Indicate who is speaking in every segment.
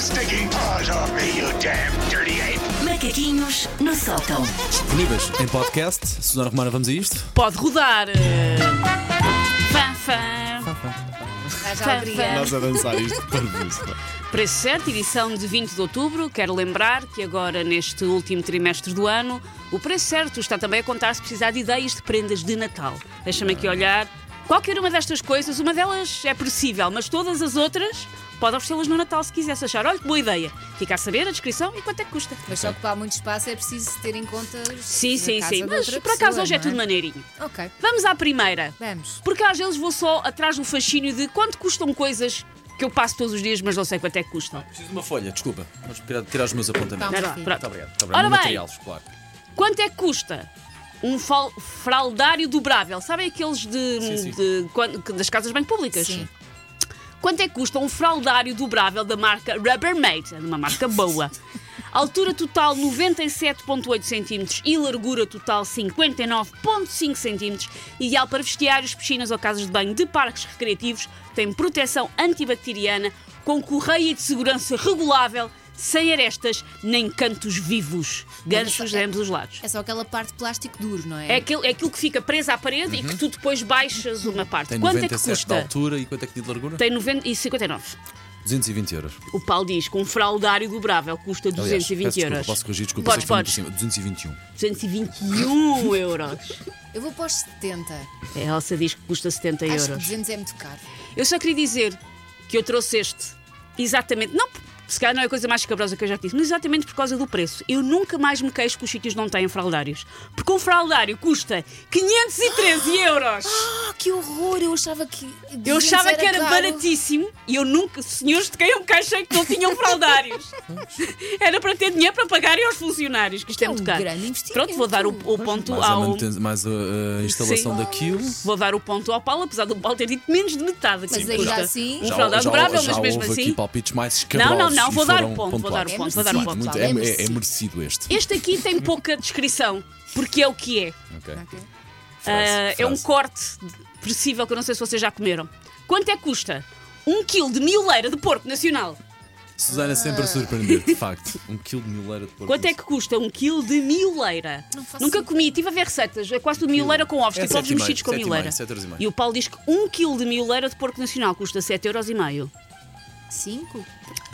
Speaker 1: stinking paws off me, you damn dirty ape!
Speaker 2: Macaquinhos no sótão.
Speaker 3: Disponíveis em podcast. Susana Romana, vamos a isto?
Speaker 4: Pode rodar. Fã, fã.
Speaker 3: Nós a dançar isto para isso.
Speaker 4: Preço certo, edição de 20 de outubro. Quero lembrar que agora, neste último trimestre do ano, o preço certo está também a contar se precisar de ideias de prendas de Natal. Deixa-me aqui olhar. Qualquer uma destas coisas, uma delas é possível, mas todas as outras pode oferecê-las no Natal se quiser se achar. Olha que boa ideia. Fica a saber a descrição e quanto é que custa.
Speaker 5: Mas se ocupar muito espaço é preciso ter em conta. os-
Speaker 4: Sim,
Speaker 5: a
Speaker 4: sim,
Speaker 5: casa
Speaker 4: sim.
Speaker 5: de
Speaker 4: Mas
Speaker 5: outra
Speaker 4: por acaso
Speaker 5: pessoa,
Speaker 4: hoje é
Speaker 5: não
Speaker 4: tudo maneirinho.
Speaker 5: Ok,
Speaker 4: Vamos à primeira.
Speaker 5: vamos.
Speaker 4: Porque às vezes vou só atrás do fascínio de quanto custam coisas que eu passo todos os dias, mas não sei quanto é que custam.
Speaker 3: Preciso de uma folha, desculpa. Vamos tirar, tirar os meus apontamentos.
Speaker 4: Vai lá,
Speaker 5: Sim.
Speaker 4: pronto.
Speaker 3: Muito obrigado. Muito
Speaker 4: Tá. Ora
Speaker 3: obrigado.
Speaker 4: bem.
Speaker 3: Materiais, claro.
Speaker 4: Quanto é que custa um fal- fraldário dobrável? Sabem aqueles de,
Speaker 3: Sim, sim.
Speaker 4: de- quan- que- das casas bem públicas?
Speaker 5: Sim.
Speaker 4: Quanto é que custa um fraldário dobrável da marca Rubbermaid? É de uma marca boa. Altura total 97,8 cm e largura total 59,5 cm. Ideal para vestiários, piscinas ou casas de banho de parques recreativos. Tem proteção antibacteriana, com correia de segurança regulável, sem arestas nem cantos vivos. Ganchos de ambos os lados.
Speaker 5: É só aquela parte de plástico duro, não é?
Speaker 4: É aquilo, é aquilo que fica preso à parede e que tu depois baixas uma parte.
Speaker 3: Uhum. Tem
Speaker 4: Quanto é que
Speaker 3: 97 de
Speaker 4: custa?
Speaker 3: altura e quanto é que de largura?
Speaker 4: Tem 90 e 59.
Speaker 3: 220 euros.
Speaker 4: O Paulo diz que um fraldário dobrável custa
Speaker 3: Aliás,
Speaker 4: 220
Speaker 3: peço desculpa,
Speaker 4: euros.
Speaker 3: Posso corrigir, desculpa,
Speaker 4: Podes,
Speaker 3: vocês estão muito
Speaker 4: podes.
Speaker 3: acima. 221.
Speaker 4: 221 euros.
Speaker 5: Eu vou para os 70.
Speaker 4: A Elsa diz que custa 70
Speaker 5: Acho que
Speaker 4: euros.
Speaker 5: 200 é muito caro.
Speaker 4: Eu só queria dizer que eu trouxe este exatamente. Não, se calhar não é a coisa mais escabrosa que eu já te disse, mas exatamente por causa do preço. Eu nunca mais me queixo que os sítios não têm fraldários. Porque um fraldário custa 513 euros.
Speaker 5: Ah, que horror! Eu achava que.
Speaker 4: Eu
Speaker 5: 200
Speaker 4: achava que era
Speaker 5: caro.
Speaker 4: baratíssimo e eu nunca, senhores de quem eu me queixei que não tinham fraldários. era para ter dinheiro para pagarem aos funcionários, que isto é,
Speaker 5: É um
Speaker 4: muito caro.
Speaker 5: grande investimento.
Speaker 4: Pronto, vou dar o, o ponto
Speaker 3: Mais, a,
Speaker 4: ao. Um
Speaker 3: manuten- mais a, a instalação daquilo.
Speaker 4: Vou dar o ponto ao Paulo, apesar do Paulo ter dito menos de metade. que
Speaker 5: Mas
Speaker 4: me
Speaker 5: ainda
Speaker 4: custa.
Speaker 5: assim-
Speaker 4: Um
Speaker 5: Já-
Speaker 4: fraldado
Speaker 3: já,
Speaker 4: dobrável,
Speaker 3: já
Speaker 4: mas mesmo
Speaker 3: houve
Speaker 4: assim.
Speaker 3: aqui palpites mais
Speaker 4: Não,
Speaker 3: escabrosos
Speaker 4: não, não,
Speaker 3: e
Speaker 4: vou dar o
Speaker 3: foram
Speaker 4: ponto, vou dar o
Speaker 3: pontuados.
Speaker 4: ponto, vou dar o
Speaker 5: É
Speaker 4: ponto.
Speaker 3: Muito-
Speaker 5: Paulo,
Speaker 3: é,
Speaker 5: é
Speaker 3: é- é
Speaker 5: merecido.
Speaker 3: merecido este.
Speaker 4: Este aqui tem pouca descrição, porque é o que é.
Speaker 3: Ok.
Speaker 5: Ok.
Speaker 4: Ah,
Speaker 3: Frase,
Speaker 4: É um
Speaker 3: frase.
Speaker 4: corte perecível que eu não sei se vocês já comeram. Quanto é que custa? Um quilo de mileira de porco nacional.
Speaker 3: Susana sempre a surpreender, de facto. Um quilo de mileira de porco.
Speaker 4: Quanto é que custa um quilo de mioleira?
Speaker 5: Não faço
Speaker 4: Nunca
Speaker 5: ideia.
Speaker 4: comi, tive a ver receitas. É quase tudo mioleira com ovos,
Speaker 3: É
Speaker 4: tipo ovos
Speaker 3: sete e meio,
Speaker 4: mexidos com
Speaker 3: sete e meio,
Speaker 4: mioleira.
Speaker 3: sete euros e meio.
Speaker 4: E o Paulo diz que um quilo de mioleira de porco nacional custa 7,5€.
Speaker 5: 5?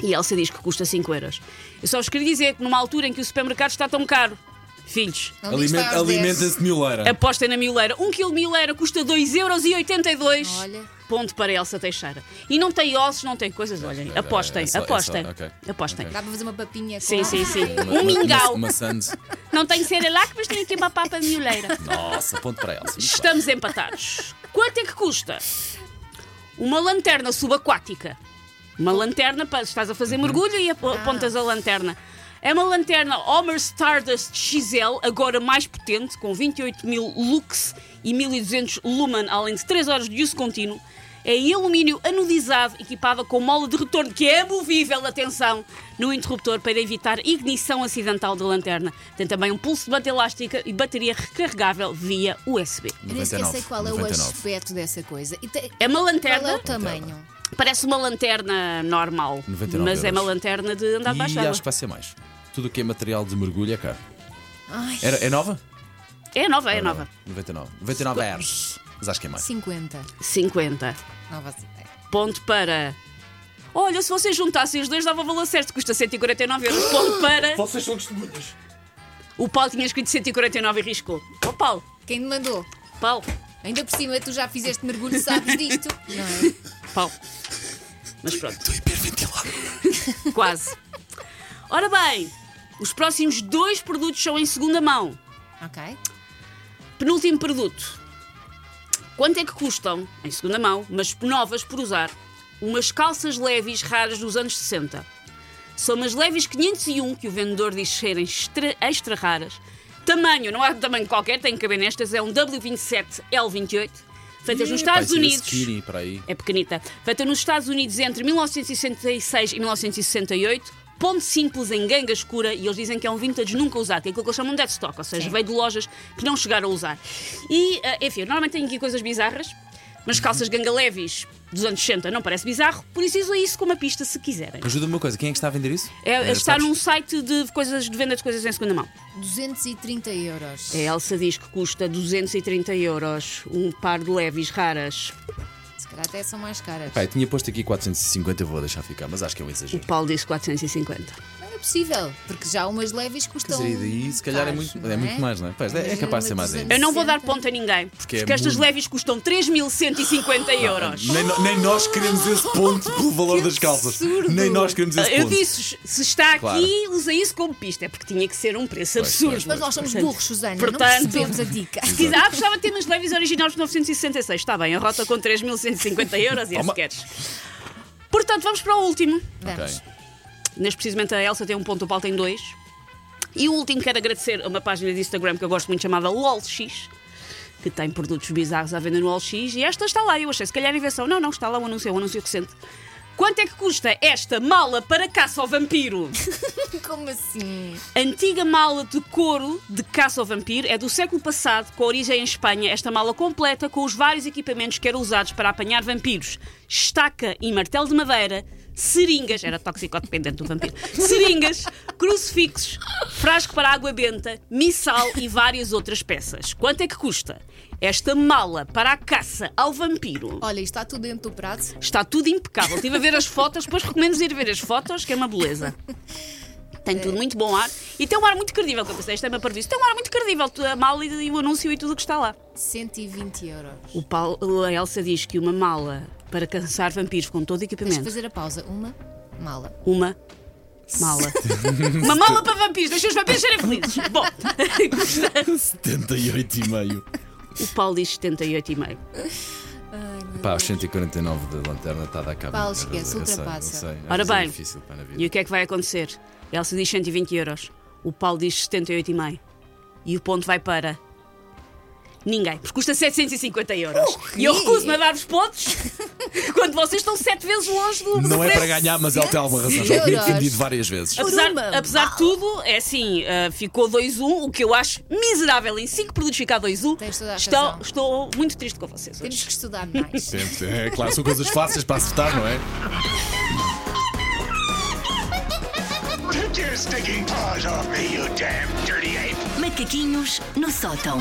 Speaker 4: E a Elsa diz que custa 5 euros. Eu só vos queria dizer que numa altura em que o supermercado está tão caro, filhos,
Speaker 3: Aliment- Alimenta-se de mileira.
Speaker 4: apostem na mioleira. Um quilo de mioleira custa 2,82€.
Speaker 5: Olha.
Speaker 4: Ponto para a Elsa Teixeira. E não tem ossos, não tem coisas, olhem.
Speaker 3: é,
Speaker 4: Apostem,
Speaker 3: é só- é só-
Speaker 4: apostem.
Speaker 3: ok,
Speaker 4: Apostem.
Speaker 5: Dá para fazer uma papinha com
Speaker 4: Sim, sim, sim.
Speaker 3: Uma-
Speaker 4: Um
Speaker 3: uma-
Speaker 4: mingau.
Speaker 3: Uma, uma sand.
Speaker 4: Não tem cerelac, mas tem aqui uma papa mioleira.
Speaker 3: Nossa, ponto para ela. sim, claro.
Speaker 4: Estamos empatados. Quanto é que custa? Uma lanterna subaquática. Uma lanterna, para, estás a fazer mergulho e ap- apontas a lanterna. É uma lanterna Homer Stardust XL, agora mais potente, com 28 mil lux e 1200 lumen, além de 3 horas de uso contínuo. É em alumínio anodizado, equipada com mola de retorno, que é movível, atenção, no interruptor para evitar ignição acidental da lanterna. Tem também um pulso de banda elástica e bateria recarregável via USB.
Speaker 5: Eu nem sequer sei qual é o
Speaker 3: 99.
Speaker 5: aspecto dessa coisa. E te-
Speaker 4: É uma
Speaker 5: Qual é
Speaker 4: lanterna,
Speaker 5: o tamanho?
Speaker 4: parece uma lanterna normal,
Speaker 3: 99
Speaker 4: mas é uma
Speaker 3: euros.
Speaker 4: lanterna de andar
Speaker 3: E
Speaker 4: de baixo
Speaker 3: acho que
Speaker 4: água.
Speaker 3: vai ser mais. Tudo o que é material de mergulho é caro.
Speaker 5: Ai,
Speaker 3: Era, é nova?
Speaker 4: É nova,
Speaker 3: Ah,
Speaker 4: é nova.
Speaker 3: 99. 99 euros. Mas acho que é mais.
Speaker 5: 50.
Speaker 4: 50.
Speaker 5: Não faço ideia.
Speaker 4: Ponto para. Olha, se vocês juntassem os dois, dava o valor certo, custa 149 euros. Ponto para.
Speaker 3: Vocês são testemunhas.
Speaker 4: O Paulo tinha escrito 149 e riscou. Ó Paulo,
Speaker 5: Quem te mandou?
Speaker 4: Paulo,
Speaker 5: Ainda por cima, tu já fizeste mergulho, sabes disto. Não é?
Speaker 4: Paulo. Mas pronto.
Speaker 3: Estou hiperventilado.
Speaker 4: Quase. Ora bem, os próximos dois produtos são em segunda mão.
Speaker 5: é? Ok.
Speaker 4: Penúltimo produto. Quanto é que custam, em segunda mão, mas novas por usar, umas calças levis raras dos anos 60? São umas levis 501 que o vendedor diz serem extra, extra raras. Tamanho, não há tamanho qualquer, tem que caber nestas, é um W27L28, feitas nos
Speaker 3: Vai
Speaker 4: Estados
Speaker 3: ser
Speaker 4: Unidos.
Speaker 3: skinny para aí.
Speaker 4: É pequenita. Feita nos Estados Unidos entre 1966 e 1968. Ponto simples em ganga escura e eles dizem que é um vintage nunca usado, que é aquilo que eles chamam de deadstock, ou seja,
Speaker 5: Sim.
Speaker 4: eh, veio de lojas que não chegaram a usar. E, ah, enfim, eu normalmente tenho aqui coisas bizarras. Mas calças ganga levis dos anos 60 não parece bizarro, por isso usem isso como uma pista se quiserem.
Speaker 3: Ajuda-me uma coisa, quem é que está a vender isso?
Speaker 4: É,
Speaker 3: Eh,
Speaker 4: está
Speaker 3: sabes?
Speaker 4: num site de, coisas, de venda de coisas em segunda mão.
Speaker 5: 230 euros.
Speaker 4: A É, Elsa diz que custa 230 euros um par de levis raras.
Speaker 5: Se calhar até são mais caras.
Speaker 3: Pá, eu tinha posto aqui 450, eu vou deixar ficar, mas acho que é um
Speaker 4: O
Speaker 3: exagero.
Speaker 4: Paulo disse 450.
Speaker 5: Não é possível, porque já umas leves
Speaker 3: Quer
Speaker 5: custam.
Speaker 3: dizer, e daí se calhar é
Speaker 5: caros,
Speaker 3: muito, é muito mais, não é? Pois, é, é capaz de ser mais ainda.
Speaker 4: Eu não vou dar
Speaker 5: Senta.
Speaker 4: ponto a ninguém, porque,
Speaker 3: é
Speaker 4: estas
Speaker 3: muito.
Speaker 4: levis custam 3.150 euros.
Speaker 3: Nem, nem nós queremos esse ponto pelo valor
Speaker 5: Que
Speaker 3: das calças.
Speaker 5: absurdo.
Speaker 3: Nem nós queremos esse
Speaker 4: Eu
Speaker 3: ponto.
Speaker 4: disse, se está aqui,
Speaker 3: Claro.
Speaker 4: usa isso como pista, é porque tinha que ser um preço
Speaker 3: Pois,
Speaker 4: absurdo.
Speaker 3: pois,
Speaker 5: Mas nós somos
Speaker 4: Portanto,
Speaker 5: burros, Susana, não
Speaker 4: portanto-
Speaker 5: percebemos a dica.
Speaker 4: Se quiser, ah, gostava de ter umas levis originais de 966. Está bem, a rota com 3.150 euros e as
Speaker 3: Toma.
Speaker 4: sketches. Portanto, vamos para o último.
Speaker 5: Vamos.
Speaker 3: Ok.
Speaker 4: Neste precisamente a Elsa tem um ponto, o Paulo tem dois. E o último quero agradecer a uma página de Instagram que eu gosto muito chamada LOLX, que tem produtos bizarros à venda no LX. E esta está lá, eu achei, se calhar invenção. Não, não, está lá um anúncio, é um anúncio recente. Quanto é que custa esta mala para caça ao vampiro?
Speaker 5: Como assim?
Speaker 4: Antiga mala de couro de caça ao vampiro é do século passado, com origem em Espanha. Esta mala completa com os vários equipamentos que eram usados para apanhar vampiros: estaca e martelo de madeira, seringas, era toxicodependente do vampiro, seringas, crucifixos, frasco para água benta, missal e várias outras peças. Quanto é que custa esta mala para a caça ao vampiro?
Speaker 5: Olha, isto está tudo dentro do prazo.
Speaker 4: Está tudo impecável. Estive a ver as fotos, depois recomendo ir ver as fotos, que é uma beleza. Tem tudo muito bom ar e tem um ar muito credível, que eu pensei, isto é uma parvice. Tem um ar muito credível, a mala e e o anúncio e tudo o que está lá.
Speaker 5: 120 euros.
Speaker 4: O Paulo, a Elsa diz que uma mala para caçar vampiros com todo o
Speaker 5: Tens de
Speaker 4: equipamento.
Speaker 5: fazer a pausa. Uma mala.
Speaker 4: Uma mala. uma mala para vampiros, deixa os vampiros serem felizes. Bom,
Speaker 3: 78,5.
Speaker 4: o Paulo diz 78,5.
Speaker 3: Pá, os 149 da lanterna está a dar cabo.
Speaker 5: Paulo, esquece,
Speaker 3: Eu sei, eu
Speaker 5: ultrapassa.
Speaker 3: sei, às
Speaker 4: Ora
Speaker 3: vezes é
Speaker 4: bem.
Speaker 3: difícil, pá, na vida.
Speaker 4: E o que é que vai acontecer? A Elsa diz 120 euros, o Paulo diz 78,5 e o ponto vai para. Ninguém, porque custa 750 euros. E eu recuso-me a dar-vos pontos quando vocês estão sete vezes longe do, do
Speaker 3: Não é
Speaker 4: preço.
Speaker 3: para ganhar, mas ele tem alguma razão. Já o tinha
Speaker 5: Euros.
Speaker 3: defendido várias vezes.
Speaker 4: Apesar,
Speaker 5: uma
Speaker 4: apesar de tudo, é assim, ah, ficou 2-1, o que eu acho miserável em 5 produtos ficar 2-1.
Speaker 5: Tens toda a
Speaker 4: Estou,
Speaker 5: razão.
Speaker 4: estou muito triste com vocês hoje.
Speaker 5: Temos que estudar mais.
Speaker 3: Sempre, é claro, são coisas fáceis para acertar, não é?
Speaker 1: Take your stinking paws off me, you damn dirty ape!
Speaker 2: Macaquinhos no sótão.